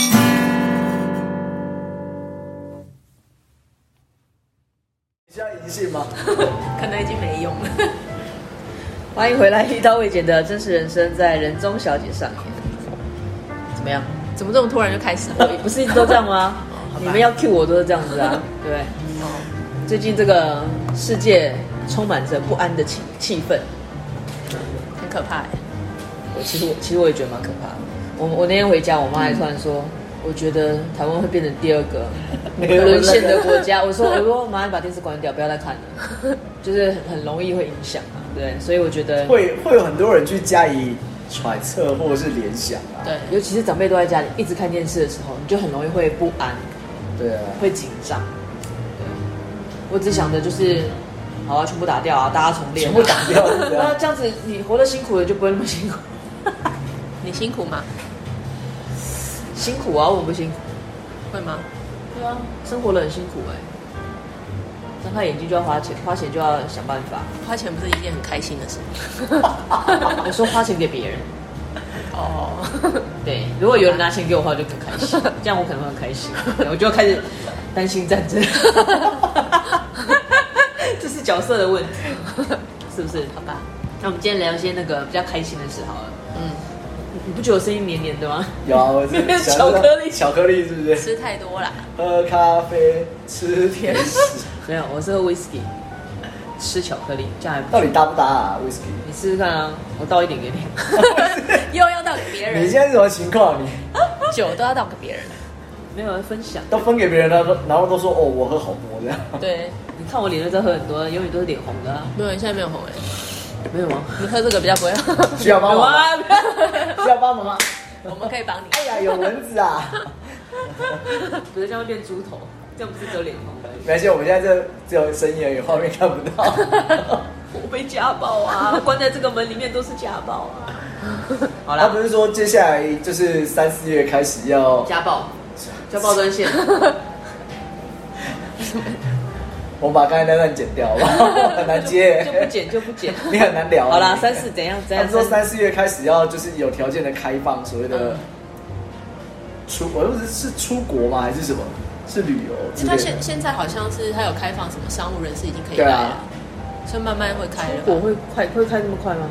吗？可能已经没用了。 欢迎回来，遇到未解的真实人生在人中小姐上演，怎么样？怎么这么突然就 开始我了？不是一直都这样吗？你们要 cue 我都是这样子啊，对不对。哦，最近这个世界充满着不安的气气氛，很可怕哎。我其实我其实我也觉得蛮可怕的。我我那天回家，我妈还突然说，我觉得台湾会变成第二个沦陷的国家。我说我说妈，你把电视关掉，不要再看了，就是很很容易会影响嘛，对。所以我觉得，会会有很多人去加以揣测或者是联想啊。对，尤其是长辈都在家里一直看电视的时候，你就很容易会不安，对啊，会紧张。对，我只想着就是，好啊，全部打掉啊，大家重练、啊，全部打掉对啊 那这样子你活得辛苦了，就不会那么辛苦。 你辛苦吗？辛苦啊，我不辛苦。会吗？对啊，生活的很辛苦哎、张开眼睛就要花钱，花钱就要想办 法。花钱不是一件很开心的事吗？我说花钱给别人，哦，对，如果有人拿钱给我花，我就更开 心，这样我可能会很开心，对我就要开始担心战 争。这是角色的问题，是不是？好吧，那我们今天聊一些那个比较开心的事好了。嗯，你你不觉得我声音黏黏的吗？有啊， 我是想巧克力巧克力是不是？ 吃太 多啦。喝咖啡，吃甜 食，没有，我是喝 whisky，吃巧克力，这样还不到底搭不搭啊？Whisky，你试试看啊，我倒一点 给你。又要倒给别你人现，在是什么情况？你酒都要倒给别人。没有人分享。都分给别人了，然后都说哦，我喝好多这 样。对，你看我脸都在喝很多，永远都是脸红的、啊。没有，你现在没有红哎。没有吗？你喝这个比较不会。 需要帮有忙吗？啊，需要帮忙吗？我们可以帮你。哎呀，有蚊子 啊！ 不是这样会变猪头，这样不是只有脸红而没已。关系，我们现在这只有声音而已，画面看不到。我被家暴 啊，关在这个门里面都是家暴 啊。好他啦不，是说接下来就是三四月开始要，家暴，家暴专线。我把刚才那段剪掉，好不好？ 很难接就，不剪就不剪。你很难聊啊。好啦，三四怎样怎他们样？说三四月开始要就是有条件的开放所谓的嗯出，我又不是是出国吗？还是什么？是旅游之他类的现？现在好像是他有开放什么商务人士已经可以对来啊了，所以慢慢会开了我吧。会快会开那么快吗？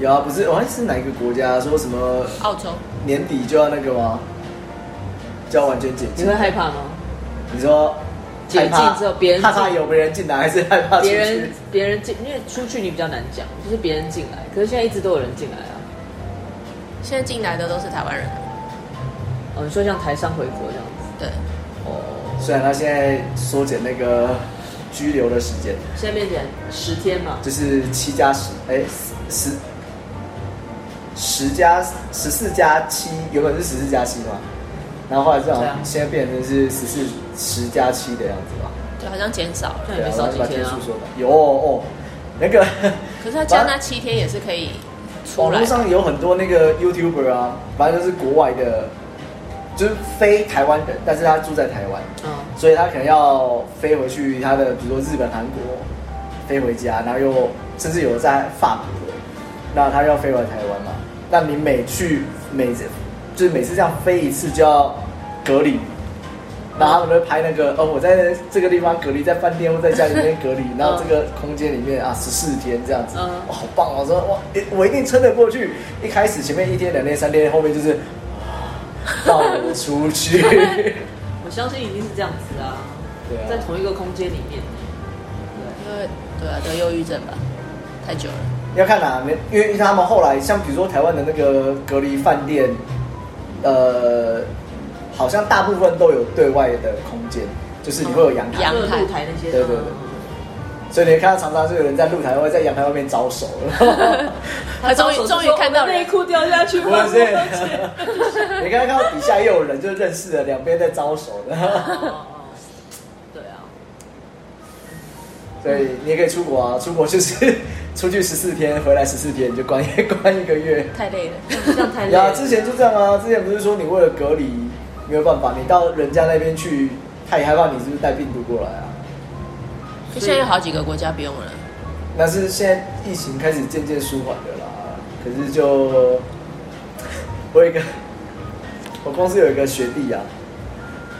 有啊，不是，好像是哪一个国家说什么澳洲年底就要那个吗？就要完全解你禁会？害怕吗？你说解禁害怕之后别人害进怕有别人进来，还是害怕出别人去？别人进，因为出去你比较难讲，就是别人进来。可是现在一直都有人进来啊。现在进来的都是台湾人，哦，你说像台商回国这样子，对，哦，虽然他现在缩减那个拘留的时间，现在变成十天嘛？就是七加十，哎，十十加十四加七，原本是十四加七嘛，然后后来是好对啊像现在变成是十四十加七的样子吧？就好像减少了。那也对啊没，然少后就几把天天数啊。缩短。有哦，哦那个可是他加那七天也是可以出网来络。上有很多那个 YouTuber 啊，反正就是国外的，就是非台湾人，但是他住在台湾，嗯。所以他可能要飞回去他的，比如说日本、韩国，飞回家，然后又甚至有的在法国，那他要飞回台湾嘛？那你每去每次就是每次这样飞一次就要隔离，然后他们都会拍那个哦，我在这个地方隔离，在饭店或在家里面隔离，然后这个空间里面啊十四天这样子，嗯哇，好棒哦！我说哇，诶我一定撑得过去。一开始前面一天、两天、三天，后面就是啊让我出去。 我相信一定是这样子啊，对啊在同一个空间里面，因为对啊，得忧郁症吧，太久了。要看啦、没，因为他们后来像比如说台湾的那个隔离饭店，呃，好像大部分都有对外的空间，就是你会有阳台，阳就台是露台那些，对对对嗯所以你会看到常常就有人在露台或者在阳台外面招手了，他终于终于看到我的内人，裤掉下去，不 我是？的钱你刚刚看到底下也有人就认识了，两边在招手的，哦哦哦对啊，所以你也可以出国啊，出国就是 出去十四天，回来十四天，你就关关一 个月。太累了。这样太累呀、了。之前就这样啊，之前不是说你为了隔离没有办法，你到人家那边去，他也害怕你是不是带病毒过来啊？可现在有好几个国家不用了，那是现在疫情开始渐渐舒缓的啦，可是就我有一个， 我公司有一个学弟啊，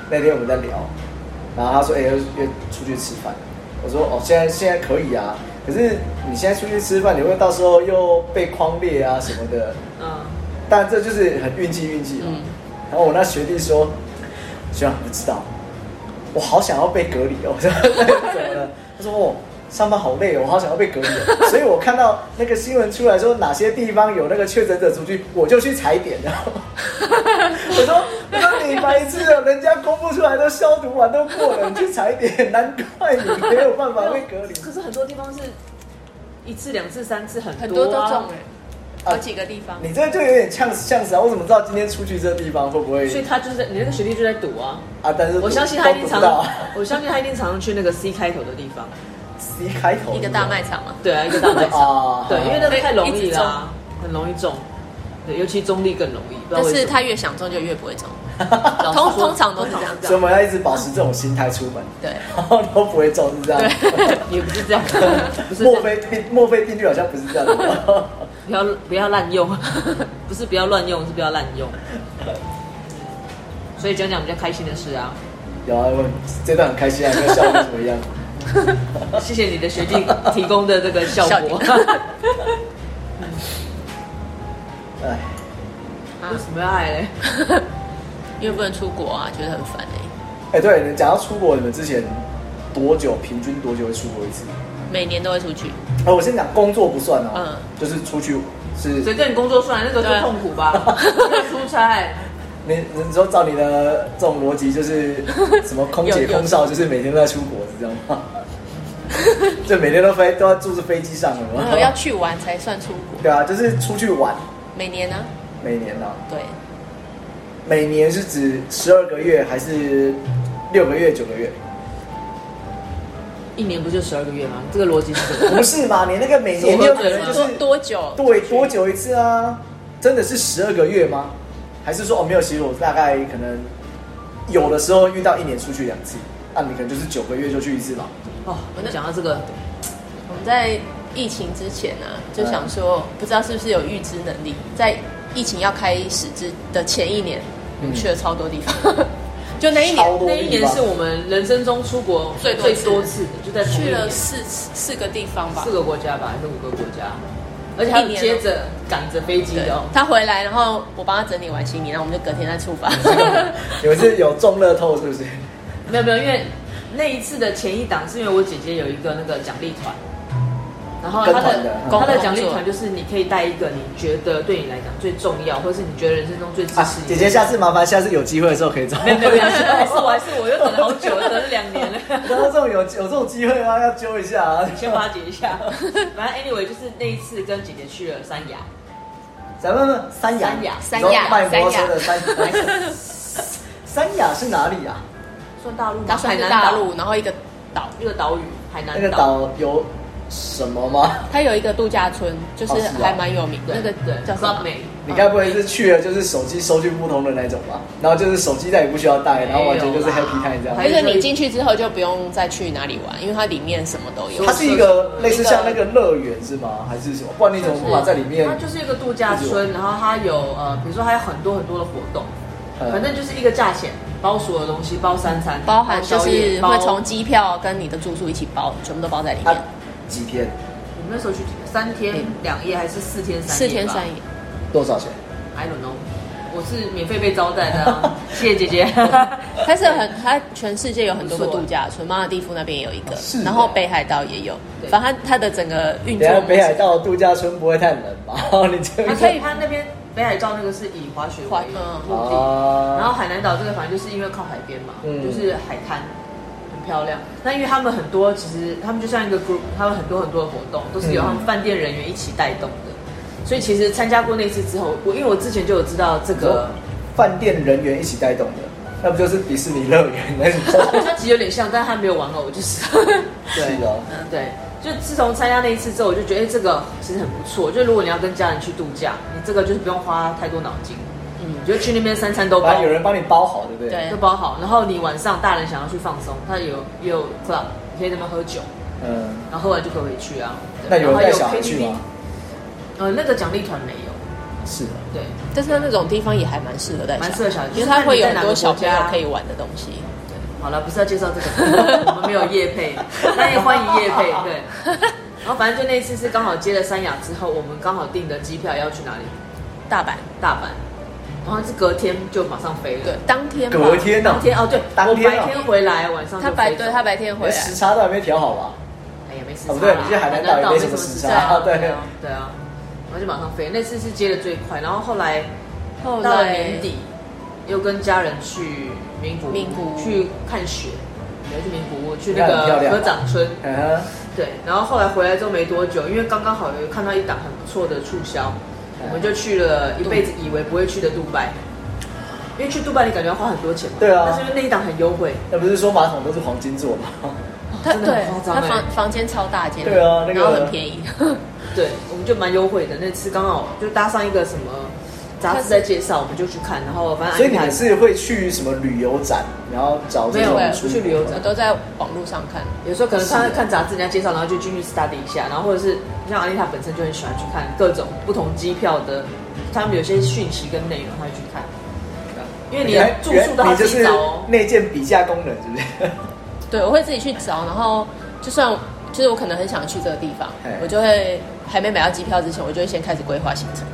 那天我们在聊，然后他说：“哎、要要出去吃饭。”我说哦，现在现在可以啊，可是你现在出去吃饭，你会到时候又被框列啊什么的，嗯，但这就是很运气运气嘛。嗯然后我那学弟说，学长不知道，我好想要被隔离哦。我 说怎么了？他说哦，上班好累哦，我好想要被隔离、哦。 所以我看到那个新闻出来说哪些地方有那个确诊者出去，我就去踩点 然后我说我说你白痴哦，人家公布出来都消毒完都过了，你去踩点，难怪你没有办法被隔离。可是很多地方是一次、两次、三次，很很多都啊中了，啊好几个地方。你这就有点呛死呛死啊！我怎么知道今天出去这地方会不会所以他就是在你那个学弟就在赌啊。啊？但是我相信他一定都常，不知道啊我相信他一定常常去那个 C 开头的地方，一开头哦一个大卖场嘛，对啊，一个大卖场，啊，对，因为那个太容所以一易直中啦，很容易中，对，尤其中立更容易，不知道但为是什么他越想中就越不会中，老实通说通常都是这样通常所以我们要一直保持这种心态出门，对，然后都不会中，是这样。 也不是这样，不是这墨样菲定墨菲定律好像不是这样的， 不要不要滥用， 不是不要乱用，是不要滥用。所以讲讲比较开心的事啊，有啊，我这段很开心啊，那个效果怎么样？谢谢你的学 弟提供的这个效果。 笑哎，啊为什么要爱嘞？因为不能出国啊，觉得很烦哎、哎，对，你讲到出国，你们之前多久平均多久会出国一次？每年都会出去，哎，我先讲工作不算哦，嗯就是出去是谁跟你工作算那个最对啊痛苦吧？出差，你你说照你的这种逻辑， 就是什么空姐、有有空少，就是每天都在出国，是这样吗？ 就每天都飞，都要住在飞机上了然哦吗后？要去玩才算出国。对啊，就是出去玩，每年呢、啊，每年啊，对，每年是指十二个月还是六个月、九个月？一年不就十二个月吗？这个逻辑是什么？不是嘛？你那个每是年我六喝个醉月了就多是多久？对多久一次啊？真的是十二个月吗？还是说哦没有？其实我大概可能有的时候遇到一年出去两次，那你可能就是九个月就去一次吧。哦，我讲到这个，我们在疫情之前呢、啊就想说，不知道是不是有预知能力，在疫情要开始之的前一年，我们去了超多地方， 就那一超年多那一年是我们人生中出国最多最次多次的，就在同一去年了四四个地方吧四。个国家吧，还是五个国家？而且还有一年哦接着赶着飞机对的哦，，他回来，然后我帮他整理完行李，然后我们就隔天再出发。你们是有中乐透是不是？没有没有，因为那一次的前一档是因为我姐姐有一个那个奖励团，然后她跟团的的她的嗯奖励团就是你可以带一个你觉得对你来讲最重要，或是你觉得人生中最支啊持，你。姐姐，下次麻烦下次有机会的时候可以找我。没有没有没有，还是我还是我又等了好久，等了两年了。 然后这种有有这种机会啊，要揪一下啊。先巴结一下，反正 anyway 就是那一次跟姐姐去了三亚，咱们三亚三亚，三亚你说卖摩托车的三亚。 三亚是哪里啊？算大陆吗？他算是海南大岛陆，然后一个岛，一个岛屿，海那南个岛。啊岛有什么吗？它有一个度假村，就是哦是啊还蛮有名，对那个对叫什么 Club？Med 你该不会是去了就是手机收据不通的那种吧？然后就是手机再也不需要带，然后完全就是没有啦 happy time 这还样。就是你进去之后就不用再去哪里玩，因为它里面什么都有有它。是一个类似像那个乐园是吗？还是什么？不然你怎么不把在里面它？就是一个度假村，然后它有呃，比如说它有很多很多的活动，呃反正就是一个价钱，包所有东西，包三餐，包含就包宵夜是会从包机票跟你的住宿一起包，全部都包在里它面，啊几天我们那时候去几三天两夜还是四天三夜？四天三夜。。多少钱？ I don't know，我是免费被招待的 啊，谢谢姐姐。它是很，它全世界有很多个不错啊度假村，马尔地夫那边也有一个是，然哦后北海道也有对，反正它它的整个运等一下作北海道度假村不会太冷吧？ 你这它个可以，它那边北海道那个是以滑雪为滑目的，啊，然后海南岛这个反正就是因为靠海边嘛，嗯就是海滩很漂亮。那因为他们很多，其实他们就像一个 group，他们很多很多的活动都是由他们嗯饭店人员一起带动的。所以其实参加过那次之后，我因为我之前就有知道这个，饭店人员一起带动的，那不就是迪士尼乐园那 种？它其实有点像，但是它没有玩偶，就是是哦，嗯对。就自从参加那一次之后，我就觉得哎、这个其实很不错。就如果你要跟家人去度假，你这个就是不用花太多脑筋，嗯你就去那边三餐都包反正有人帮你包好，对不对？对都包好，然后你晚上大人想要去放松，他有也有 club，你可以在那边喝酒，嗯，然后后来就可以回去啊。对那有人带然后小还孩 KTV 去吗？呃，那个奖励团没有，是的，对，啊但是它那种地方也还蛮适合带小孩，蛮适合小孩因为它会有很多小朋就是看你在哪个国家友可以玩的东西。 好了，不是要介绍这个，我们没有叶 配，但也欢迎叶配。对，然后反正就那一次是刚好接了三亚之后，我们刚好订的机票要去哪里？大阪，大阪，然后是隔天就马上飞了。对，，当天吧隔天呢、当天哦，对，当天啊我白天回来，晚上就他白飞走对他白天回哎来时，差都还没调好吧？哎呀，没时差哦啦。不对你去海南岛也没什么时差海南岛 对没什么时啊对啊，然后就马上飞。那次是接的最快，然后后来后到了来年底，又跟家人去名古屋名古屋去看雪，没去名古屋，去那那很漂个亮合掌村。嗯哼，对，然后后来回来之后没多久，因为刚刚好有看到一档很不错的促销，嗯我们就去了一辈子以为不会去的杜拜。因为去杜拜你感觉要花很多钱嘛，对啊但是因为那一档很优惠，那不是说马桶都是黄金 做吗？他真的很对夸张他哎房房间超大间的，对啊那个然后很便宜， 对，我们就蛮优惠的。那次刚好就搭上一个什么杂志在介绍，我们就去看，然后反正所以你安们排是会去什么旅游展，然后找这没有种哎出不去旅游展我都在网络上看。有时候可能是看的看杂志，人家介绍，然后就进去 study 一下，然后或者是像安妮塔本身就很喜欢去看各种不同机票的，他们有些讯息跟内容，她会去看。因为你的住宿都哎你要就自己是找哦。内建比价功能，是不 是？对，我会自己去找，然后就算就是我可能很想去这个地方嘿，我就会还没买到机票之前，我就会先开始规划行程。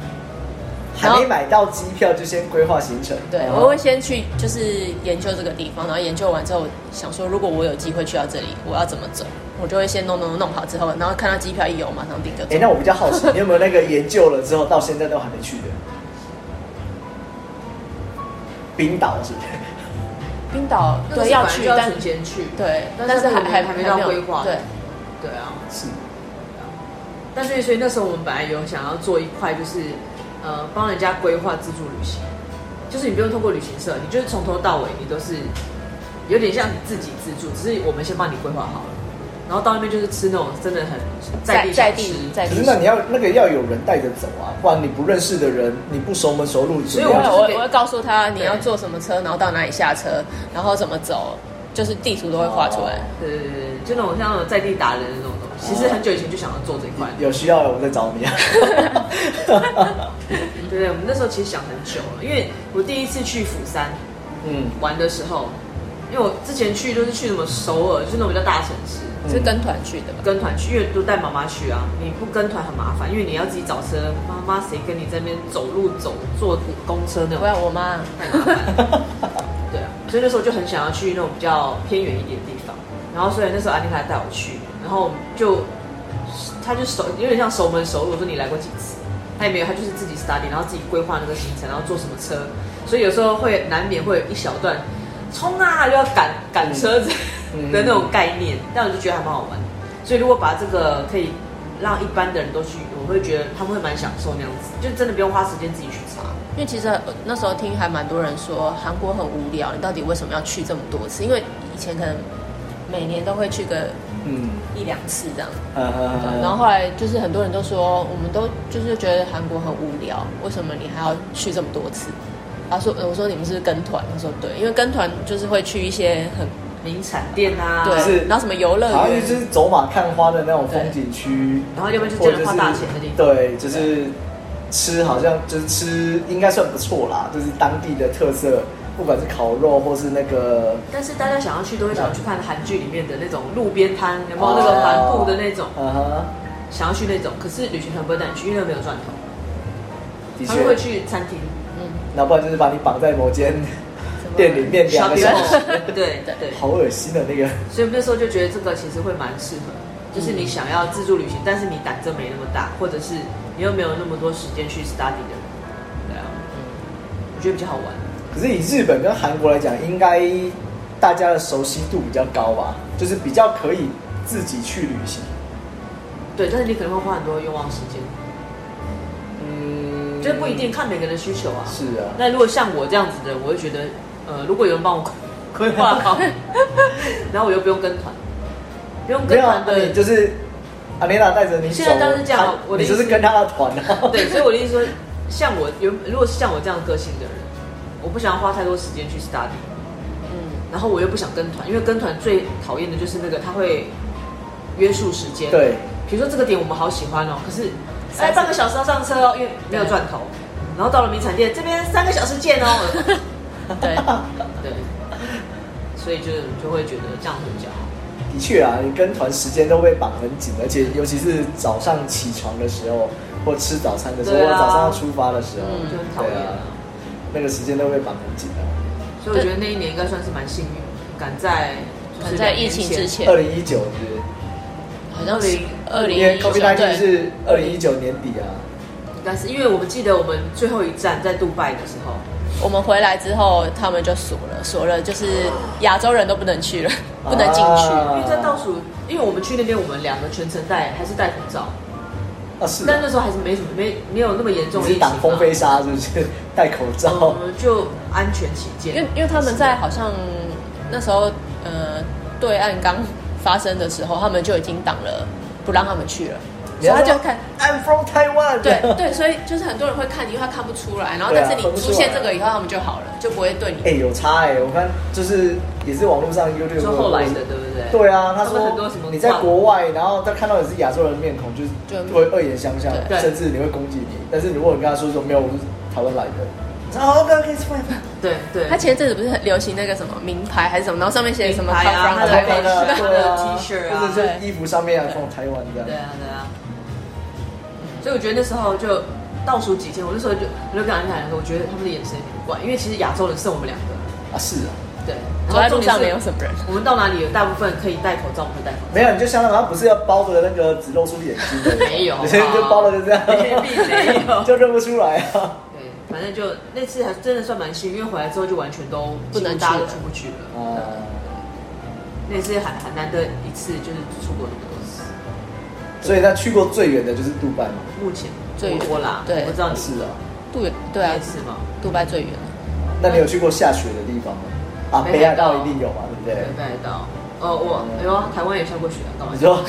还没买到机票就先规划行程。对，嗯我会先去就是研究这个地方，然后研究完之后，我想说如果我有机会去到这里，我要怎么走，我就会先弄弄弄弄好之后，然后看到机票一有，马上订就哎、走。那我比较好奇，你有没有那个研究了之后到现在都还没去的？冰岛是不是？冰岛那个对是本要来去就，但存钱去，对，但但是是还还还还没到有规划对，对啊。是，但所以所以那时候我们本来有想要做一块，就是呃帮人家规划自助旅行，就是你不用通过旅行社，你就是从头到尾你都是有点像自己自助，只是我们先帮你规划好了，然后到那边就是吃那种真的很在地在小地吃在可地是。那你要那个要有人带着走啊，不然你不认识的人，你不熟门熟路，所以我我会要就是我给我会告诉他你对要坐什么车，然后到哪里下车，然后怎么走，就是地图都会画出来。哦对对对对，就那种像那种在地打人的那种东西。其实很久以前就想要做这一块，哦有需要我再找你啊。对对，我们那时候其实想很久了，因为我第一次去釜山嗯，玩的时候，因为我之前去都是去什么首尔，就是那种比较大城市，嗯是跟团去的吧？跟团去，因为都带妈妈去啊，你不跟团很麻烦，因为你要自己找车，妈妈谁跟你在那边走路走坐公车那我种要我妈，太麻烦了。 对啊，所以那时候就很想要去那种比较偏远一点的地方，然后所以那时候安妮塔带我去，然后就他就熟有点像熟门熟路，我说你来过几次？他也没有，他就是自己 study，然后自己规划那个行程，然后坐什么车，所以有时候会难免会有一小段冲啊，又要赶赶车子嗯的那种概念，但我就觉得还蛮好玩。所以如果把这个可以让一般的人都去，我会觉得他们会蛮享受那样子，就真的不用花时间自己去查。因为其实呃那时候听还蛮多人说韩国很无聊，你到底为什么要去这么多次？因为以前可能每年都会去个嗯，一两次这样，呃然后后来就是很多人都说，我们都就是觉得韩国很无聊，为什么你还要去这么多次？他说，呃我说你们是不是跟团，他说对，因为跟团就是会去一些很名产店啊，对，就是然后什么游乐好像园，就是走马看花的那种风景区，然后要不然就或真者的是花大钱的地方。对，就是吃好像就是吃应该算不错啦，就是当地的特色，不管是烤肉或是那个但是大家想要去都会想要去看韩剧里面的那种路边摊，有没有那个帆布的那种，嗯哼，想要去那种。可是旅行团不会带你去，因为那没有赚头，的他们会确，去餐厅。嗯，那不然就是把你绑在某间什么店里面两个 shopping 小时， mall，对对对， 好恶心的那个，所以我们那时候就觉得这个其实会蛮适合，就是你想要自助旅行，但是你胆子没那么大，或者是你又没有那么多时间去 study 的人，对啊，嗯我觉得比较好玩。可是以日本跟韩国来讲，应该大家的熟悉度比较高吧，就是比较可以自己去旅行。对，但是你可能会花很多冤枉时间，嗯，就是不一定看每个人的需求啊。是啊。那如果像我这样子的人，我会觉得，呃，如果有人帮我规划 好，然后我又不用跟团，不用没跟有啊团，那的你，就是阿莲娜带着你走，现在当然是这样啊我的你意思就是跟他的团啊。对，所以我的意思说，像我原如果是像我这样个性的人，我不想要花太多时间去 study，嗯，然后我又不想跟团，因为跟团最讨厌的就是那个他会约束时间，，对，比如说这个点我们好喜欢哦，可是塞半个小时要上车哦，因为没有对转头，然后 嗯到了名产店这边三个小时见哦，对，对，所以就就会觉得这样很骄傲。的确啊，你跟团时间都被绑很紧，而且尤其是早上起床的时候，或吃早餐的时候，对或啊早上要出发的时候，嗯就很讨对厌啊啊，那个时间都被绑很紧的。所以我觉得那一年应该算是蛮幸运，赶在就是赶在两年疫情之前二零一九是好像是二不是，零因为一九 COVID 19对，是二零一九年底啊，但是因为我们记得我们最后一站在杜拜的时候，我们回来之后他们就锁了，锁了就是亚洲人都不能去了，啊不能进去。因为在倒数，因为我们去那边，我们两个全程戴还是戴口罩，啊是啊，但那时候还是没什么没没有那么严重你的是疫情嘛挡风飞沙啊是不是？戴口嗯罩我，们就安全起见，因为因为他们在好像那时候呃对岸刚发生的时候，他们就已经挡了，不让他们去了，所以他就 看。 I'm from Taiwan，对 对，所以就是很多人会看，因为他看不出来，然后对啊但是你分不出出现来这个以后，他们就好了，就不会对哎、你。有差哎、我看就是也是网络上 YouTube 就后来的，对不对？对啊，他说们很多什么你在国外，然后他看到你是亚洲人的面孔，就是就就会恶言相向，对甚至你会攻击你。但是如果你跟他说说没有，我是台湾来的，然后 OK OK 对对，他前阵子不是很流行那个什么名牌还是什么，然后上面写什么名牌啊 “Come from 他的 Taiwan” 背的 心对啊他的 T-shirt 啊或者是衣服上面啊放台湾这对样，啊对啊，所以我觉得那时候就倒数几天，我那时候就我就跟安凯两个，我觉得他们的眼神也古怪，因为其实亚洲人剩我们两个，啊是啊，对，走在路重点上是没有什么人。我们到哪里有大部分可以戴口罩，我们会戴口罩。没有你就相当于他不是要包的那个只露出眼睛的， 没有啊有啊些人 就包了就这 样，没有就认不出来 啊。对，反正就那次还真的算蛮幸运，因为回来之后就完全都不能几去了乎大家都出不去了。哦那次还很难得一次，就是出国那么多次。所以那去过最远的就是杜拜嘛，目前最远我啦，对我知道你是啊。杜远对那啊一，次吗？杜拜最远了。那你有去过下雪的地方吗？啊，北海北海道道一定有嘛，对不对对？，北海道。哦，我哎呦，台湾也下过雪啊，干嘛你？说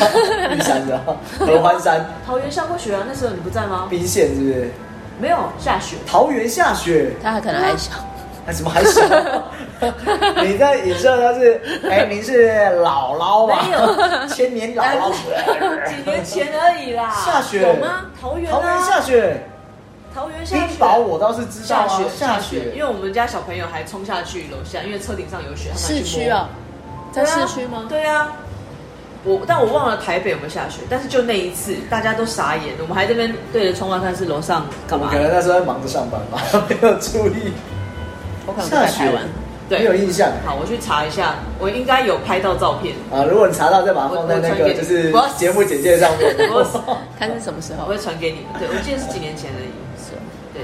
玉山的合欢山桃园下过雪啊，那时候你不在吗？冰线是不是？没有下雪，桃园下雪，他还可能还小，还怎么还小？你在影射他是？哎，您是姥姥没吧？千年姥姥。 几年前而已啦。下雪有吗？桃园桃园啊，下雪，桃园冰下雪。雹我倒是知道下啊。雪，下因为我们家小朋友还冲下去楼下，因为车顶上有雪，他们市还去摸区啊，在市区吗？对啊对啊，我但我忘了台北有没有下雪，但是就那一次，大家都傻眼，我们还这边对着窗外看是楼上干我嘛可？能那时候在忙着上班吧， 没有注意。我可能不下在雪台湾。，对没有印象。好，我去查一下，我应该有拍到照片，啊，如果你查到再把它放在那我我个传给你就是我节目简介上面。我看是什么时我候会传给你们。对，我记得是几年前 而已。是，对，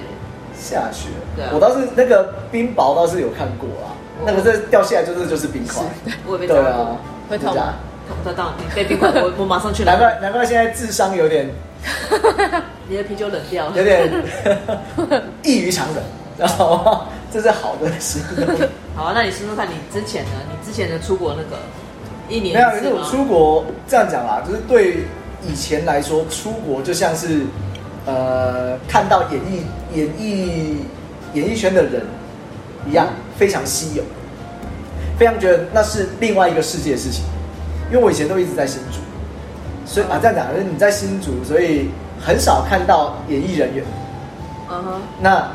下雪，对啊我倒是那个冰雹倒是有看过啊，那个是掉下来就是就是冰块，我也被对砸啊过。，会痛吗他当你被冰 块，我我马上去难拿。怪难怪现在智商有点你的啤酒冷掉了，有 点 异于常人，然后这是好的形容。好啊，那你说说看你之前呢？你之前的出国那个一年没有，可一次是我吗？出国这样讲啊啦，就是对以前来说，出国就像是呃看到演艺演艺演艺圈的人一样，非常稀有，非常觉得那是另外一个世界的事情。因为我以前都一直在新竹，所以啊这样讲，就是你在新竹，所以很少看到演艺人员。嗯哼，那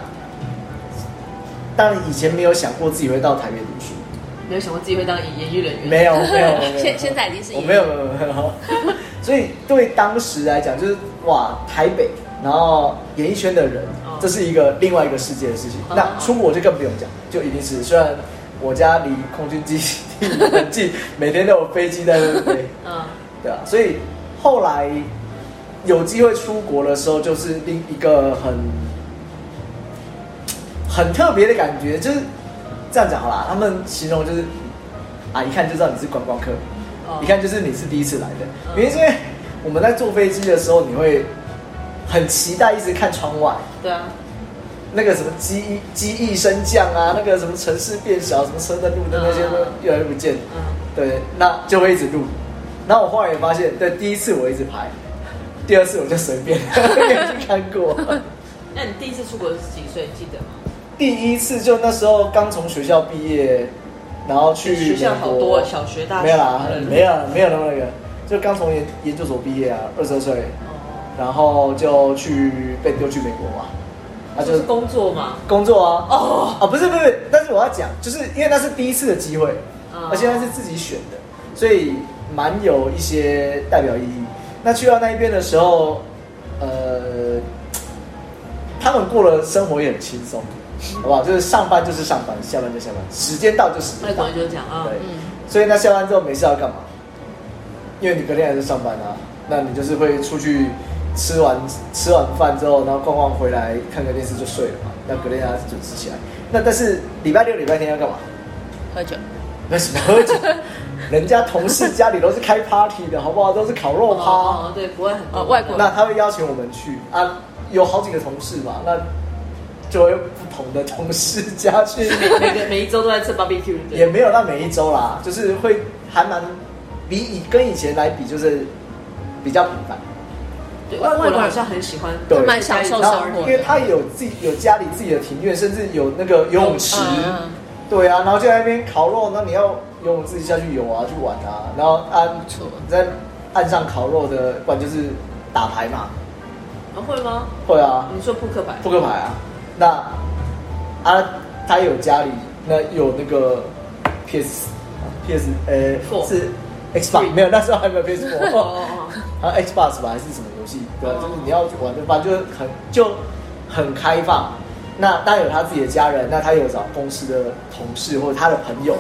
当然以前没有想过自己会到台北读书，没有想过自己会当演艺人员。没有没有，没有 现现在已经是我演没有没有没有， 所以对当时来讲，就是哇，台北，然后演艺圈的人哦，这是一个另外一个世界的事情。哦那出国就更不用讲，就一定是虽然我家离空军基地很近，每天都有飞机在那边飞，嗯，对啊，所以后来有机会出国的时候，就是另一个很很特别的感觉，就是这样讲好啦。他们形容就是啊，一看就知道你是观光客，哦一看就是你是第一次来的。嗯原因是因为我们在坐飞机的时候，你会很期待一直看窗外。对啊，那个什么机翼机翼升降啊，那个什么城市变小，什么车灯路灯那些都嗯越来越不见了。嗯，对，那就会一直录。然后我后来也发现，对，第一次我一直拍，第二次我就随便 没有去看 过。那你第一次出国是几岁？记得吗？第一次就那时候刚从学校毕业，然后去学校美国好多，小学、大学没有啦，没有。有没有那么那个，就刚从研研究所毕业啊，二十二岁，哦然后就去被丢去美国嘛，啊哦就是工作嘛。工作啊，哦，啊不是不是，但是我要讲，就是因为那是第一次的机会，嗯嗯而且它是自己选的，所以蛮有一些代表意义。那去到那一边的时候，呃，他们过的生活也很轻松，好不好？就是上班就是上班，下班就下班，时间到就时外间国到人。就是这样啊对，嗯，所以那下班之后没事要干嘛？因为你隔天还是上班啊，那你就是会出去吃完吃完饭之后，然后逛逛回来看个电视就睡了嘛。那隔天还是准时起来。那但是礼拜六、礼拜天要干嘛？喝酒，那什么喝 酒？人家同事家里都是开 party 的，好不好？都是烤肉趴。哦，对，国外很多哦外国那他会邀请我们去啊，有好几个同事嘛，那就会不同的同事家 去，每个 每一周都在吃 barbecue，对也没有到每一周啦，就是会还蛮比以跟以前来比，就是比较频繁。对，外国人好像很喜欢，对蛮享受然后生活因的为他有自己有家里自己的庭院，甚至有那个游泳池，嗯对啊，然后就在那边烤肉，那你要游泳自己下去游啊，去玩啊，然后岸不错在岸上烤肉的，不然就是打牌嘛，啊会吗？会啊，你说扑克牌扑克牌啊，那啊，他有家里那有那个 PS PS 呃 Four 是 Xbox 没有，那时候还没有 PS 哦 Four，哦哦，然后 Xbox 吧还是什么游戏，对、啊，哦就是你要玩的，反正就是很就很开放。那当然有他自己的家人，那他有找公司的同事或者他的朋嗯友，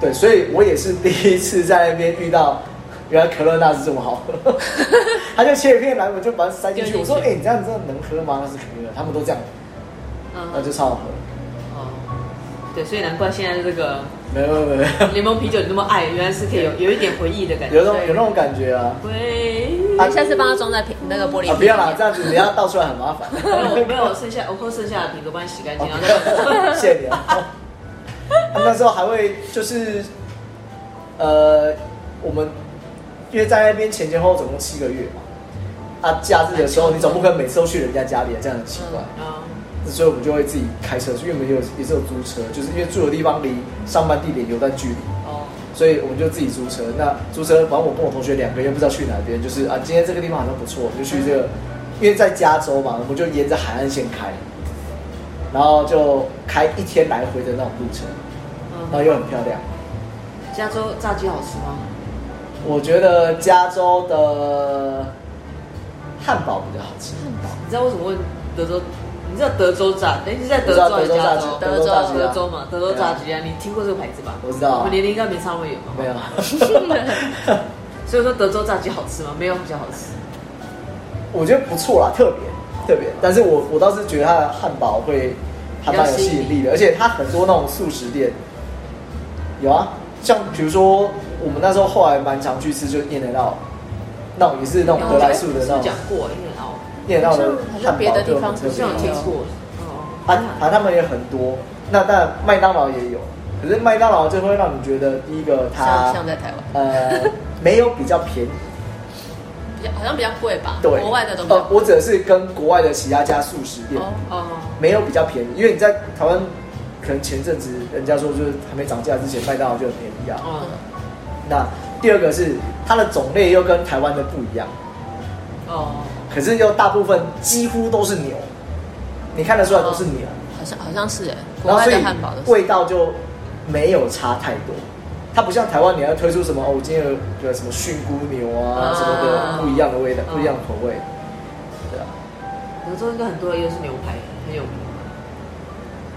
对，所以我也是第一次在那边遇到，原来可乐那是这么好喝， 他就切一片来，我就把它塞进去。丢进去我说：“哎、你这样真的能喝吗？”那是可乐，他们都这样，那嗯，就超好喝。哦，对，所以难怪现在这个没有没有没有，柠檬啤酒你那么爱，原来是可以有有一点回忆的感觉有那。种有那种感觉啊！喂，你嗯下次帮他装在瓶那个玻璃啊，瓶不要啦，里这面样子你要倒出来很麻 烦。没有哦没有剩下，我喝剩下的瓶子，我帮你洗干净，然后再哦 谢谢你啊。他们那时候还会就是，呃，我们因为在那边前前后后总共七个月嘛，啊，假日的时候你总不可能每次都去人家家里，这样很奇怪。啊，所以我们就会自己开车去，因为我们也有也是有租车，就是因为住的地方离上班地点有段距离，哦，所以我们就自己租车。那租车，反正我跟我同学两个月不知道去哪边，就是啊，今天这个地方好像不错，我们就去这个，因为在加州嘛，我们就沿着海岸线开，然后就开一天来回的那种路程，然后嗯，又很漂亮。加州炸鸡好吃吗？我觉得加州的汉堡比较好吃，你知道为什么问德州？你知道德州炸？哎，是在德州还是加州？德州炸鸡德州嘛，德州炸鸡啊，你听过这个牌子吧？我知道啊我们年龄应该没差那么远吧？没有。啊 所以说德州炸鸡好吃吗？没有比较好吃。我觉得不错啦，特别特别。但是我我倒是觉得它的汉堡会还蛮有吸引力的，而且它很多那种素食店有啊，像比如说我们那时候后来蛮常去吃，就是燕得到，那种也是那种我德莱素的那种讲过，因为哦，燕得到的好汉像堡别的地就方很特好别好像像有有听听过过。哦，啊啊，他们也很多。那但麦当劳也有，可是麦当劳就会让你觉得第一个它像像在台湾， 呃没有比较便宜，比较好像比较贵吧，对，国外的都比较呃，贵我指的是跟国外的其他家素食店。哦哦，没有比较便宜，因为你在台湾，可能前阵子人家说就是还没涨价之前，麦当劳就很便宜啊。哦，那第二个是它的种类又跟台湾的不一样，哦，可是又大部分几乎都是牛，你看得出来都是牛，好像好像是哎，然国后外所的哦汉堡以都是味道就没有差太多。它不像台湾，你要推出什么哦，我今天有有什么菌菇牛啊啊什么的，不一样的味道，嗯不一样的口味，对啊，德州应该很多人又是牛排，很有名。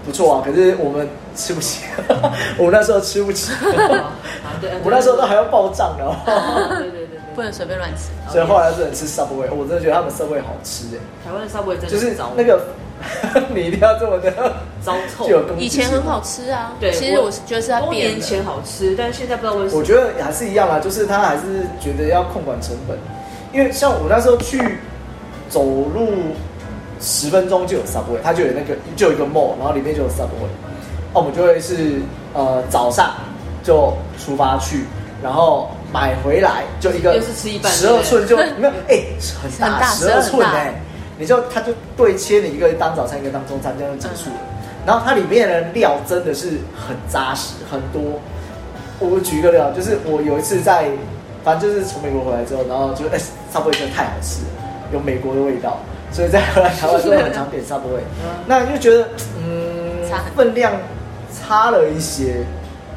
不错啊。可是我们吃不起， 我们那时候吃不起。啊，对，我那时候都还要报账的哦， 对对对不对，能随便乱吃。所以后来只能吃 Subway。我真的觉得他们 Subway 好吃哎、台湾的 Subway 真的就是糟那个 你一定要这么的糟透具。有攻击性以前很，好吃啊，对其实我我是觉得是它多变年了前好吃，但是现在不知道为什我么。觉得还是一样啦，就是他还是觉得要控管成本，因为像我那时候去走路十分钟就有 Subway，它就有那个就有一个 mall，然后里面就有 Subway，那我们就会是呃早上就出发去，然后。买回来就一个，又是吃一半十二寸就对没有，哎、很很大大十二12寸很大哎、你就它就对切你一个当早餐，一个当中餐，这样就结束了。然后它里面的料真的是很扎实，很多。我举一个料，就是我有一次在，反正就是从美国回来之后，然后就哎，沙波真的太好吃了，有美国的味道，所以在回来台湾之后很常点沙波味。那就觉得嗯差很，分量差了一些，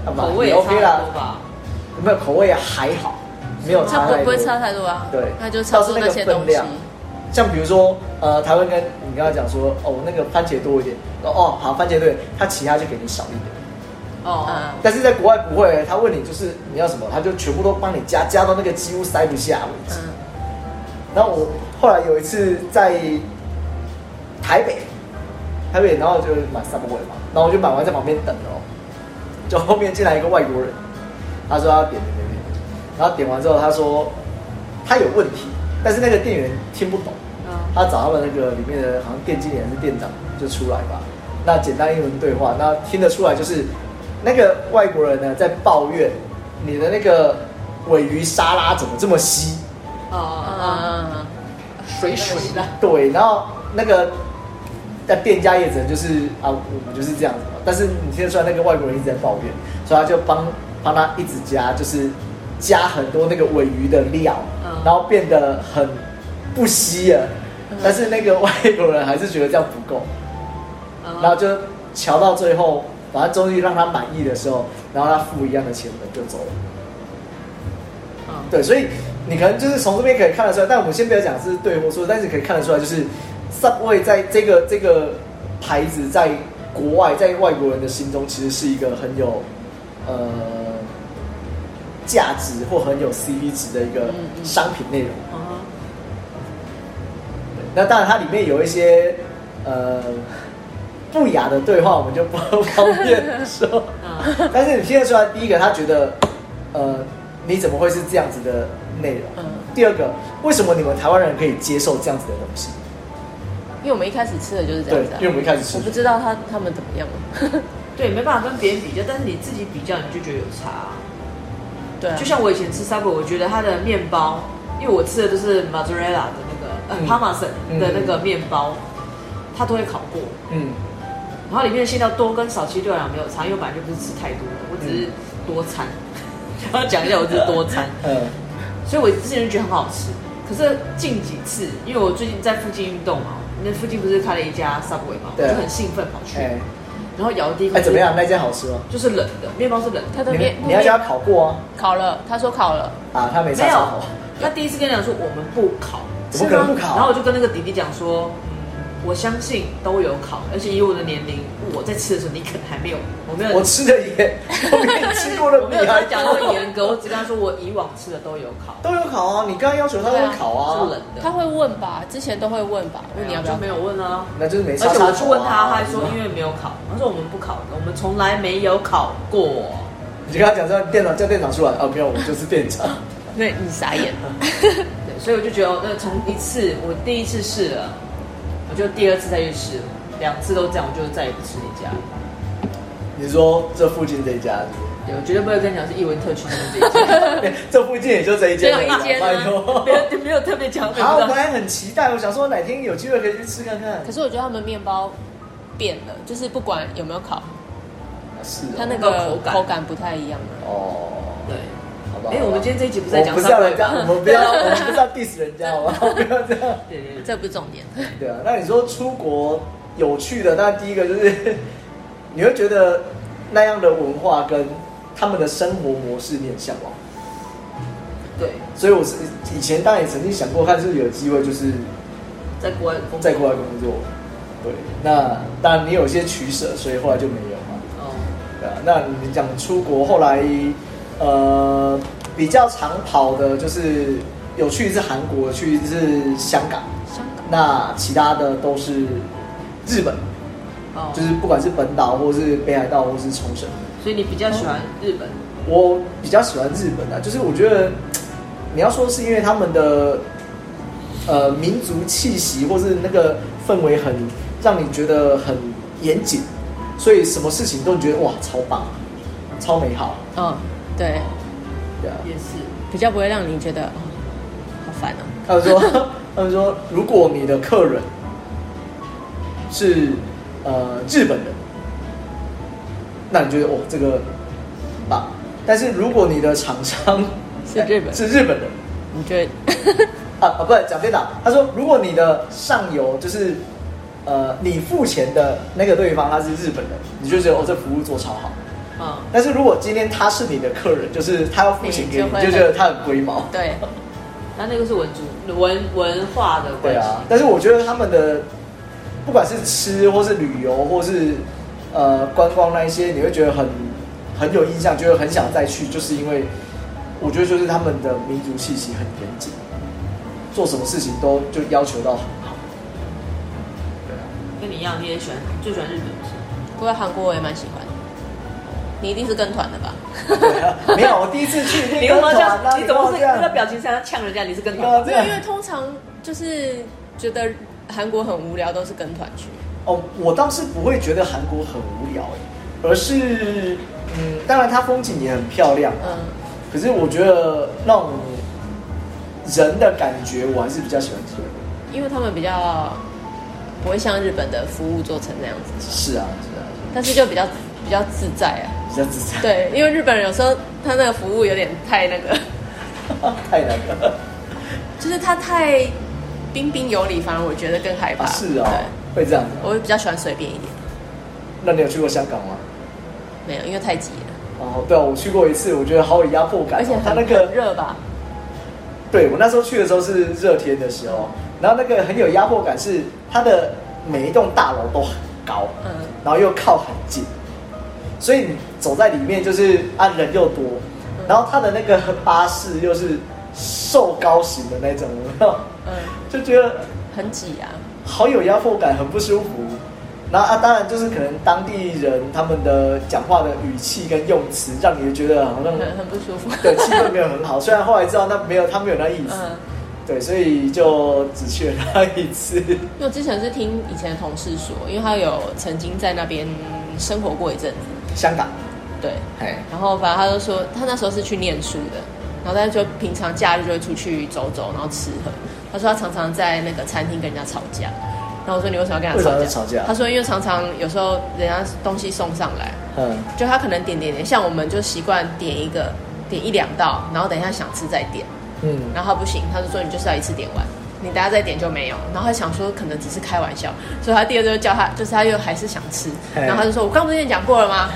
啊不口味也也差不 OK 啦多，吧。没有口味还好，没有它差不太多。不会差太多啊。对那就差不多那些东倒是那个分西。量像比如说，呃，台湾跟你刚才讲说，哦，那个番茄多一点，哦哦，好，番茄对，它其他就给你少一点。哦，嗯，但是在国外不会，他问你就是你要什么，他就全部都帮你加，加到那个几乎塞不下为止。嗯，然后我后来有一次在台北，台北，然后就买 Subway 嘛，然后我就买完在旁边等哦，就后面进来一个外国人，他说他点点点点，然后点完之后他说他有问题，但是那个店员听不懂，嗯他找他们那个里面的好像店经理还是店长就出来吧，那简单英文对话，那听得出来就是那个外国人呢在抱怨你的那个尾鱼沙拉怎么这么稀。哦哦，啊嗯，水水的，对，然后那个那店家也只能就是啊，我们就是这样子嘛。但是你听得出来，那个外国人一直在抱怨，所以他就帮帮他一直加，就是加很多那个尾鱼的料，嗯然后变得很不稀了。但是那个外国人还是觉得这样不够，嗯然后就瞧到最后，反正终于让他满意的时候，然后他付一样的钱，我们就走了。嗯对，所以你可能就是从这边可以看得出来，但我们先不要讲是对或错，但是可以看得出来，就是 Subway 在这个这个牌子在国外，在外国人的心中，其实是一个很有呃价值或很有 CP 值的一个嗯嗯商品内容。哦，对那当然，它里面有一些呃不雅的对话，我们就不方便说。 嗯但是你听得出来，第一个他觉得，呃，你怎么会是这样子的内容？嗯第二个，为什么你们台湾人可以接受这样子的东西？因为我们一开始吃的就是这对样子、啊，，因为我们一开始吃我，不知道他他们怎么样啊了。对，没办法跟别人比较，但是你自己比较，你就觉得有差啊、对啊，就像我以前吃 Subway，我觉得它的面包，因为我吃的都是 mozzarella 的那个呃嗯 parmesan 的那个嗯面包，它都会烤过，嗯，然后里面的馅料多跟少其实对我来讲没有差，因为我本来就不是吃太多的，我只嗯是多餐。 要讲一下，我只是多餐，呃，所以我之前就觉得很好吃。可是近几次，因为我最近在附近运动嘛，那附近不是开了一家 Subway 嘛，我对就很兴奋跑去，哎、然后咬的第一口、哎，怎么样？？那间好吃吗？就是冷的，面包是冷的。他的你面你要叫面他烤过啊？烤了，他说烤了，啊，他没没杀有烧烤，，他第一次跟你讲说我们不烤，怎么可能不烤然后我就跟那个弟弟讲说，嗯我相信都有烤，而且以我的年龄，我在吃的时候你可能还没有，我没有，我吃的也，我比你吃过我的啊没有比跟他还讲那 么严格，我只跟他说我以往吃的都有烤，都有烤啊！你刚刚要求他都会烤是啊冷，的，他会问吧，之前都会问吧，问你要不要就没有问啊。那就是没而杀且烧烤、啊。我去问他，他还说因为没有烤，他说我们不烤，我们从来没有烤过。你就跟他讲说店长叫店长出来哦，没有，我就是店长。 那你傻眼了。对，所以我就觉得，那从一次我第一次试了，我就第二次再去试了，两次都这样，我就再也不吃那家了。你说这附近这一家是不是对，我绝对不会跟你讲是艺文特区那边这 对这 附近也就这一间了啦，只有一间啊拜托。一家， 没有没有特别讲，我也好，我不知道本来很期待，我想说哪天有机会可以去吃看看可。是我觉得他们面包变了，就是不管有没有烤，是它哦那那个口感口感不太一样了。哦，对，好吧。哎，我们今天这一集不不是在讲不是三要味人家， 吗？我们不要，我们不是要 diss 人家，好吧？ 不要这样。对对对，这不是重点，对啊，那你说出国有趣的，那第一个就是 你会觉得那样的文化跟他们的生活模式你很向往。对，所以我是以前当然也曾经想过，看是不是有机会就是在国外工作在国外工作。对，那当然你有些取舍，所以后来就没有嘛。哦，对啊，那你讲出国后来，呃，比较常跑的就是有去一次韩国，去一次香港，香港那其他的都是日本，哦，就是不管是本岛或是北海道或是冲绳，所以你比较喜欢日本，我比较喜欢日本的、就是我觉得你要说是因为他们的呃民族气息或是那个氛围很让你觉得很严谨，所以什么事情都你觉得哇超棒，超美好，嗯，对，对啊。也是，比较不会让你觉得、哦、好烦哦。他们说， 他们说，如果你的客人是呃日本人，那你觉得哦这个很棒。但是如果你的厂商是日 本是日本人你觉得啊啊，不是讲对了。他说，如果你的上游就是呃你付钱的那个对方他是日本人，你就觉得哦这服务做超好。嗯，但是如果今天他是你的客人，就是他要付钱给你，你就会你就觉得他很龟毛。对，那那个是文主文文化的对关系。啊，但是我觉得他们的不管是吃或是旅游或是呃观光那一些，你会觉得很很有印象，觉得很想再去，就是因为我觉得就是他们的民族气息很严谨，做什么事情都就要求到很好。 对啊，跟你一样，你也喜欢最喜欢日本是吗不过韩国我也蛮喜欢的。你一定是跟团的吧？对啊，没有，我第一次去 你跟干嘛团这啊，样？你怎干嘛么是这那个样？表情像要呛人家？你是跟你团干嘛吗？这没有，样因？为通常就是觉得韩国很无聊，都是跟团去。哦，我倒是不会觉得韩国很无聊哎，而是嗯，当然它风景也很漂亮，嗯，可是我觉得那种人的感觉，我还是比较喜欢这个。因为他们比较不会像日本的服务做成那样子，是啊，是啊，但是就比较比较自在啊。比较自在。对，因为日本人有时候他那个服务有点太那个， 太难了。就是他太彬彬有礼，反而我觉得更害怕。啊，是啊、会这样子对，哦。我比较喜欢随便一点，那你有去过香港吗？没有，因为太挤了，哦，对啊，我去过一次，我觉得好有压迫感、哦。而且它很那个很热吧？对我那时候去的时候是热天的时候，然后那个很有压迫感是它的每一栋大楼都很高，嗯然后又靠很近，所以你走在里面就是啊人又多，然后它的那个巴士又是瘦高型的那种， 有没有嗯，就觉得很挤啊。好有压迫感，很不舒服。然后啊，当然就是可能当地人他们的讲话的语气跟用词，让你觉得好像很很不舒服。对气氛没有很好。虽然后来知道那没有他没有那意思，嗯，对，所以就只去了那一次。因为我之前是听以前的同事说，因为他有曾经在那边生活过一阵子，香港，对，哎，然后反正他就说他那时候是去念书的，然后他就平常假日就会出去走走，然后吃喝。他说他常常在那个餐厅跟人家吵架，然后我说你为什么要跟人家为什么吵架？要吵架他说因为常常有时候人家东西送上来，嗯，就他可能点点点，像我们就习惯点一个点一两道，然后等一下想吃再点。嗯，然后他不行，他就说你就是要一次点完，你等下再点就没有。然后他想说可能只是开玩笑，所以他第二周就叫他，就是他又还是想吃，嘿然后他就说我刚不是跟你讲过了吗？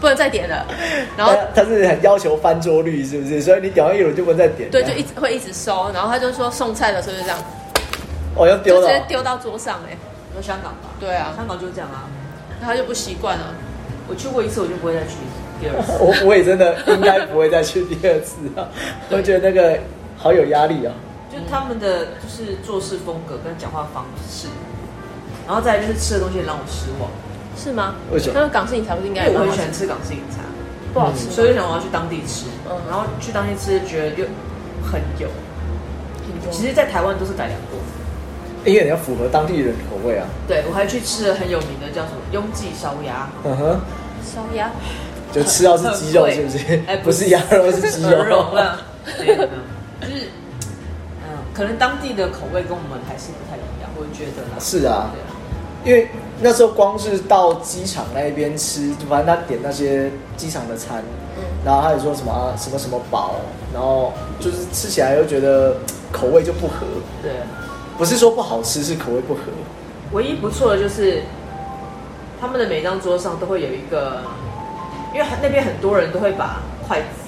不能 再点了。 然后他他是很要求翻桌率，是不是？所以你点完一轮就不能再点了，对，就一直会一直收，然后他就说送菜的时候就这样，哦要丢就直了接哦，丢到桌上哎、有香港吧？对啊，香港就这样啊。然后他就不习惯了。我去过一次，我就不会再去第二 次。我我也真的应该不会再去第二次啊，我觉得那个好有压力啊。就他们的就是做事风格跟讲话方式，然后再来就是吃的东西也让我失望，是吗？为什么那港式饮茶不是应因该为也我嗯蛮很好喜吃欢吃嗯港式饮茶，不好吃，所所以以我想我要去当地吃嗯，然后去当地吃觉得又很油。挺多其实，在台湾都是改良过。因为你要符合当地人的口味啊。对，我还去吃了很有名的叫什么拥挤烧鸭，嗯哼，烧鸭就吃到是鸡肉是不是？哎不是鸭肉是 鸡肉。鹅肉了，没有没有，就是嗯，可能当地的口味跟我们还是不太一样，我觉得啦。是啊，对啊，因为那时候光是到机场那一边吃，反正他点那些机场的餐，嗯然后他也说什么、啊、什么什么堡，然后就是吃起来又觉得口味就不合，对。不是说不好吃，是口味不合。唯一不错的就是嗯他们的每张桌上都会有一个，因为那边很多人都会把筷子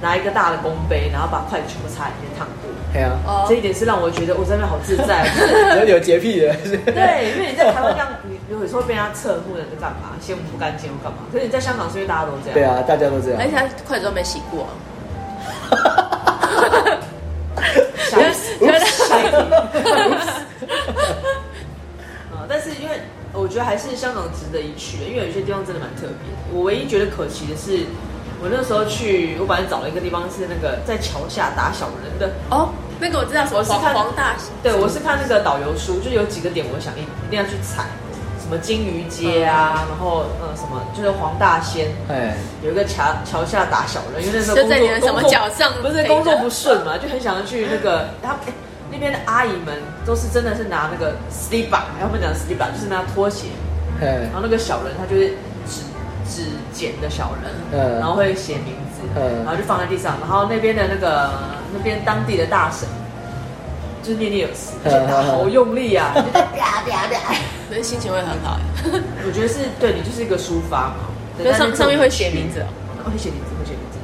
拿一个大的公杯，然后把筷子全部插里面烫过。哎呀、 啊，哦这，一点是让我觉得我在那边好自在。 你说有洁癖的，是对，因为你在台湾这样， 你有时候被人家侧目的在干嘛，嫌我们不干净又干嘛？可是你在香港是因为大家都这 样。对啊，大家都这样而。且他筷子都没洗过，小 觉得 啊，但是因为我觉得还是香港值得一去，因为有些地方真的蛮特别的。我唯一觉得可惜的是，我那时候去，我本来找了一个地方是那个在桥下打小人的。哦，那个我知道，我是黄看黄大，对，我是看那个导游书，就有几个点我想一一定要去踩，什么金鱼街啊，然后呃什么就是黄大仙，哎，有一个桥桥下打小人，因为那时候就在工作你的什么工作脚上不陪是着工作不顺嘛， 就很想要去那个他们、哎那边的阿姨们都是真的是拿那个 slipper，他们讲 slipper 就是拿拖鞋，哎 然，后那个小人他就是指指剪的小人，嗯然后会写名字，嗯然后就放在地上，然后那边的那个那边当地的大神。就是念念有词，就嗯打好用力啊！就那心情会很好哎。我觉得是对你就是一个抒发嘛。就对是但上是上面会写名字哦，会写名字，会写名字，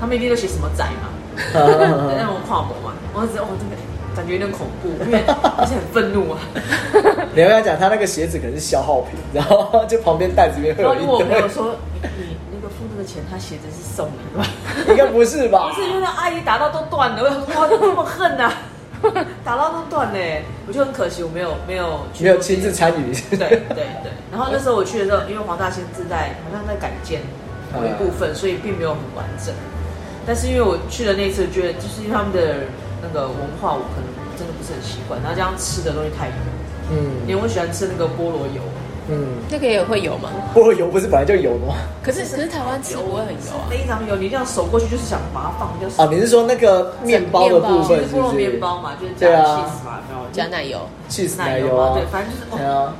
他们一定都写什么仔 嘛，嗯对 那种跨模嘛，我就觉得哦，这个感觉有点恐怖，因为而且很愤怒 啊。你要跟他讲，他那个鞋子可能是消耗品，然后就旁边袋子里面会然有后如果我一朋友堆，说你你那个付那个钱，他写的是送你吧？应该不是吧不？是，因为那阿姨打到都断了，我想说哇，怎么这么恨呐、 打到都断了耶，我就很可惜，我没有没有去没有亲自参与，对 对对，然后那时候我去的时候，因为黄大仙自带好像在改建某一部分，所以并没有很完整。但是因为我去的那一次，觉得就是因为他们的那个文化，我可能真的不是很习惯。然后加上吃的东西太油，嗯连我喜欢吃那个菠萝油，哦嗯，那个也会有吗？菠萝油不是本来就有的吗？可是可是台湾吃不会很油啊，非常油，你一定要手过去，就是想把它放掉。啊，你是说那个面包的部就分是是菠萝不面是？包嘛，就是加对啊 cheese 嘛，然后加奶 油，气死奶奶油油啊，啊对，，反正就是对哦，啊，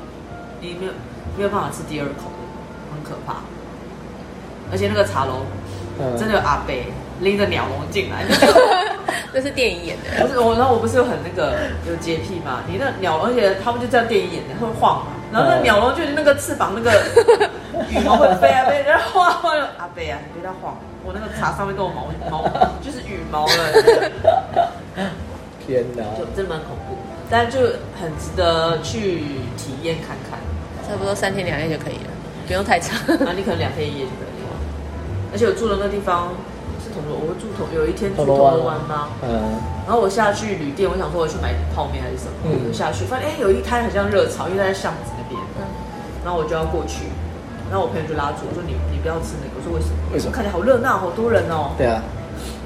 你没有没有办法吃第二口，很可怕。而且那个茶楼 嗯，真的有阿贝拎着鸟笼进来， 那是电影演的。不是我，然后我不是有很那个有洁癖嘛？你那鸟笼，而且他们就在电影演的会晃嘛，然后那鸟笼就是那个翅膀那个羽毛会飞啊飞，然后晃晃就阿贝啊，你别再晃，我那个茶上面都有毛毛，就是羽毛了，天哪！就真的蛮恐怖，但就很值得去体验看看。差不多三天两夜就可以了，不用太 长。然后你可能两天一夜就可以了。而且我住的那个地方是铜锣，我住铜，有一天住铜锣湾吗？嗯，然后我下去旅店，我想说我去买泡面还是什么，嗯我就下去发现哎、有一摊很像热炒，因为它在巷子那边，然后我就要过去，然后我朋友就拉住我说你你不要吃那个，我说为什么？为什么看起来好热闹，好多人哦。对啊，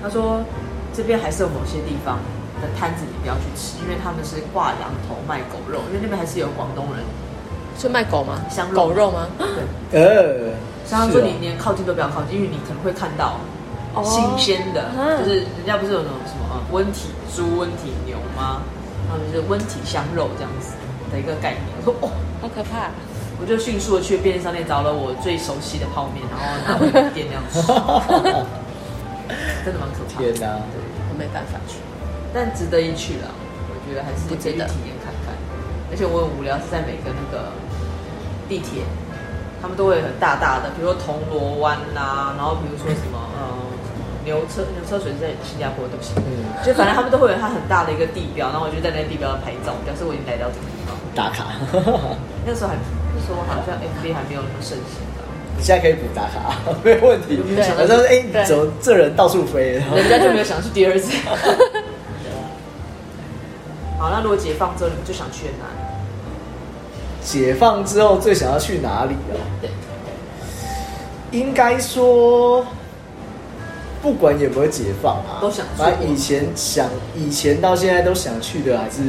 他说这边还是有某些地方的摊子你不要去吃，因为他们是挂羊头卖狗肉，因为那边还是有广东人。是卖狗吗？香肉狗肉吗？对，呃，所以他说是哦你连靠近都不要靠近，因为你可能会看到哦新鲜的，哦啊就是人家不是有那种什么呃温体猪、温体牛吗？然后就是温体香肉这样子的一个概念。我说哦，好可怕、我就迅速的去便利商店找了我最熟悉的泡面，然后拿回店那样吃， 真的蛮可怕天的，哪！我没办法去。但值得一去啦。我觉得还是可不以值去得体验看看。而且我很无聊，是在每个那个地铁，他们都会有很大大的，比如说铜锣湾啦，然后比如说什么呃牛车牛车水是在新加坡，对不起，嗯，就反正他们都会有它很大的一个地标，然后我就在那地标上拍照，表示我已经来到这个地方。打卡， 那时候还那时候好 像 FB 还没有那么盛行吧。现在可以补打卡， 没有问题。对我说，哎，你对怎么这人到处飞？然哦后人家就没有想去第二次。 好，那如果解放之后，你们最想去的哪里？解放之后最想要去哪里哦？对，应该说，不管有没有解放啊，都想去反正以前想，以前到现在都想去的还是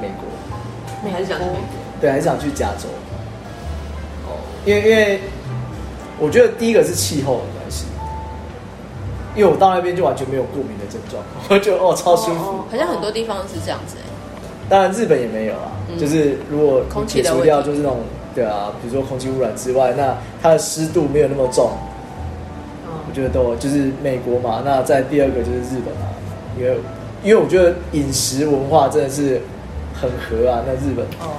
美国，你还是想去美国？对，还是想去加州。哦因为因为我觉得第一个是气候的关系，因为我到那边就完全没有过敏的症状，我觉得哦超舒服。好像很多地方是这样子、欸，当然日本也没有啊，嗯就是如果你空解气的除问掉题就是那种对啊，比如说空气污染之外，那它的湿度没有那么重，哦我觉得都就是美国嘛。那在第二个就是日本啊，因为因为我觉得饮食文化真的是很合啊。那日本哦，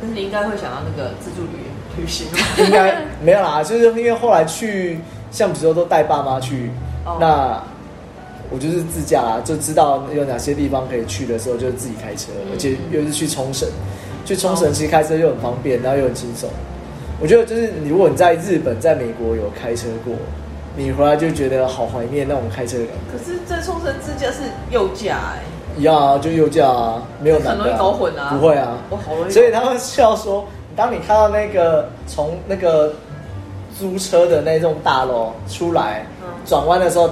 但是你应该会想要那个自助旅旅行吗？ 应该没有啦，就是因为后来去，像比如说都带爸妈去，哦那我就是自驾啦，就知道有哪些地方可以去的时候，就自己开车，而且又是去冲绳，去冲绳其实开车又很方便，然后又很轻松。我觉得就是你，如果你在日本、在美国有开车过，你回来就觉得好怀念那种开车的感觉。 可是在冲绳自驾是右驾 哎、一样啊，就右驾啊，没有难的、很容易搞混啊不会啊，我好容易所以他们笑说，当你看到那个从那个租车的那栋大楼出来嗯转弯、的时候，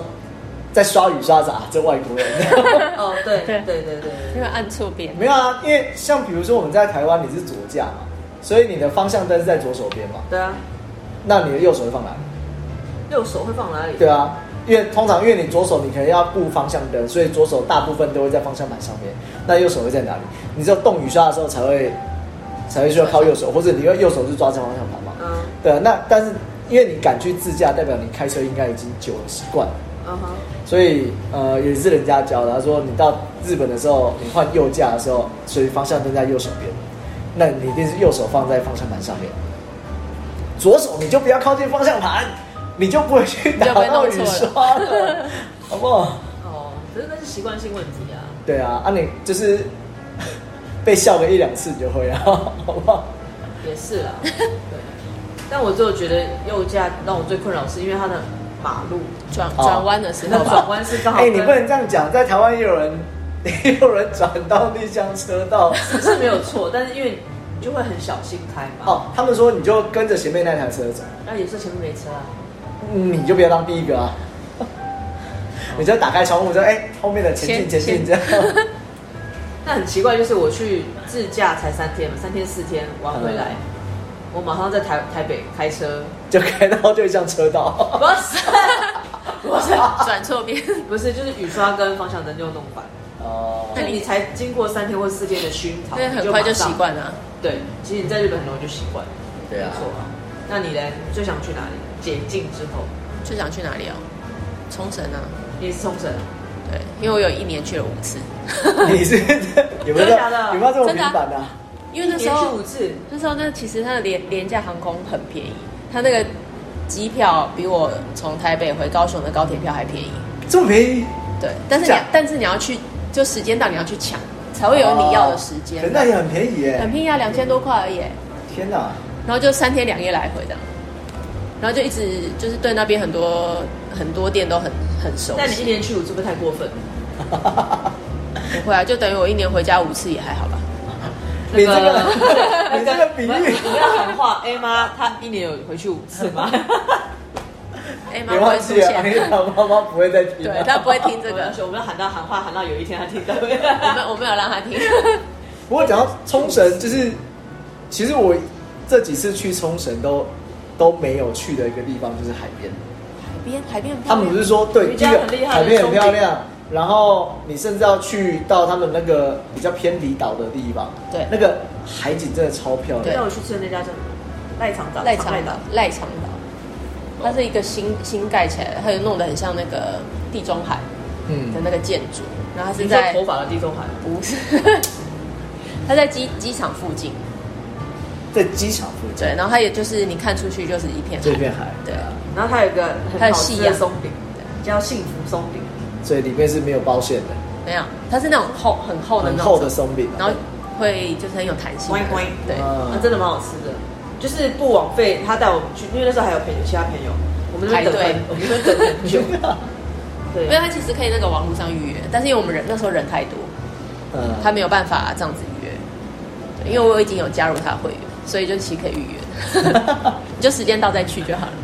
在刷雨刷闸，这外国人。 哦，对对对对对对，因为按错边。没有啊，因为像比如说我们在台湾你是左驾嘛，所以你的方向灯是在左手边嘛，对啊，那你的右手会放哪里？右手会放哪里？对啊，因为通常因为你左手你可能要顾方向灯，所以左手大部分都会在方向盘上面。那右手会在哪里？你只有动雨刷的时候才会才会需要靠右手，或者你用右手是抓着方向盘嘛。嗯对啊，那但是因为你敢去自驾，代表你开车应该已经久了习惯了。嗯 哼，所以呃也是人家教的，他说你到日本的时候，你换右驾的时候，所以方向灯在右手边，那你一定是右手放在方向盘上面。左手你就不要靠近方向盘，你就不会去打到雨刷了，好不好？哦，可是那是习惯性问题啊。对啊，啊你就是被笑个一两次你就会啊，好不好？也是 啦，对。但我就觉得右驾让我最困扰，是因为它的马路转哦转弯的时那候转吧，弯是刚 好哎、跟，你不能这样讲，在台湾也有人 也有人转到逆向车道。是没有错，但是因为你就会很小心开嘛。哦，他们说你就跟着前面那台车走，那有时候前面没车啊，嗯你就不要当第一个 啊。你就打开窗户说：“哎、后面的前进前进前这样。 那很奇怪，就是我去自驾才三天嘛，三天四天玩回来，嗯我马上在台台北开 车，”就开到对向车道。不是不是转错边，不是，就是雨刷跟方向灯就弄反。哦那你才经过三天或四天的熏陶，那你很快就马上习。惯了。对，其实你在日本很容易就习惯了。对啊没错啊。那你呢？最想去哪里？解禁之后，最想去哪里哦？冲绳啊，你也是冲绳啊？对，因为我有一年去了五次， 你是有没有真的假的有没有这么真频的啊繁的、啊？因为那时连续候五次，那时候那其实它的廉廉价航空很便宜，它那个机票比我从台北回高雄的高铁票还便宜。这么便宜，对，但是你这样但是你要去，就时间到你要去抢，才会有你要的时间。哦啊可是那也很便宜耶、很便宜啊，两千多块而已耶。天 哪！然后就三天两夜来回这样，然后就一直就是对那边很多很多店都很很熟悉。那你一年去五次，会不会太过 分？不会啊，就等于我一年回家五次也还好吧。你这个 那 你这个比喻，我们要喊话 A 妈，她一年有回去五次 吗？哎、妈别妈会忘出记了，啊因为现，他妈妈不会再听、对啊。她不会听这这个个，，我们要喊到喊话，喊到有一天她听到。我没有我没有让她听。不过讲到冲绳，就是其实我这几次去冲绳都都没有去的一个地方就是海边。海边海边很他漂亮们不是说对，瑜第伽一很厉个害海边很漂很松亮，然后你甚至要去到他们那个比较偏离岛的地方，对那个海景真的超漂对亮。那我去吃的那家叫什么？赖场岛。赖长岛，赖长岛，它是一个新新盖起来的，它就弄得很像那个地中海嗯的，那个建筑，然后它是你在在头发的地中海。不是， 它在机机场附近，在机场附近对，然后它也就是你看出去就是一片这海，片海，对啊，然后它有一个它很有好夕吃阳的松饼，叫幸福松饼。所以里面是没有包馅 的，没有，它是那种厚很厚的很那厚的种，松饼啊，然后会就是很有弹性乖乖，对，嗯啊，真的蛮好吃的，就是不枉费他带我们去，因为那时候还有朋友其他朋友，我们那边等排队很，我们那边等很 久，因为对，它其实可以那个网络上预约，但是因为我们人那时候人太多，嗯，他没有办法这样子预约，对因为我已经有加入他的会员，所以就其实可以预约 的，你就时间到再去就好了。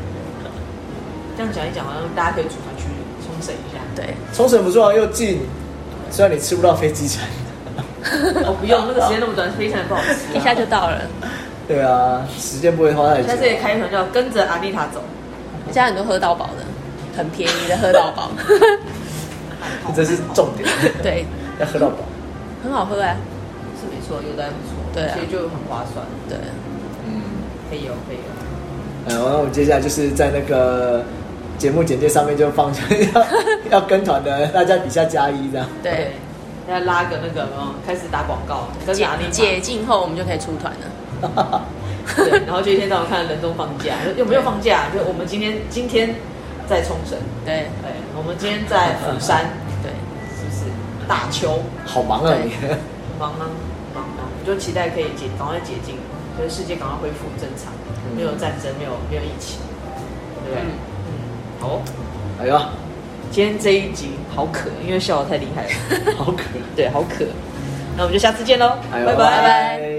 这样讲一讲，好像大家可以组团去冲绳一下。对， 冲绳不错啊，又近，虽然你吃不到飞机餐，哦，不用，那个时间那么短，非常不好吃一啊。下就到了，对啊，时间不会花太久下。次也开一团叫跟着阿丽塔走，现在很多喝到饱的，很便宜的喝到 饱， 这是重点， 对，要喝到饱。很好喝啊，是没错，有的还不错，对啊所以就很划算，对，嗯。可以哦，可以哦。呃，那我们接下来就是在那个节目简介上 面就放下要要跟团的，大家底下加一这样。对，要拉个那个哦，开始打广告，跟着解阿丽塔解禁后我们就可以出团了。对，然后就一天到晚看人中放 假，有没有放假？就我们今天今天在冲绳，对对，我们今天在釜山，对，是不是？打球，好忙啊对你！ 忙忙忙忙，我就期待可以解，赶快解禁，就是世界赶快恢复正常，嗯没有战争，没有没有疫情，对不对？嗯嗯，好哦，哎呦，今天这一集好渴，因为笑得太厉害了， 好可对，好渴。那我们就下次见喽，爱哦，拜拜拜。拜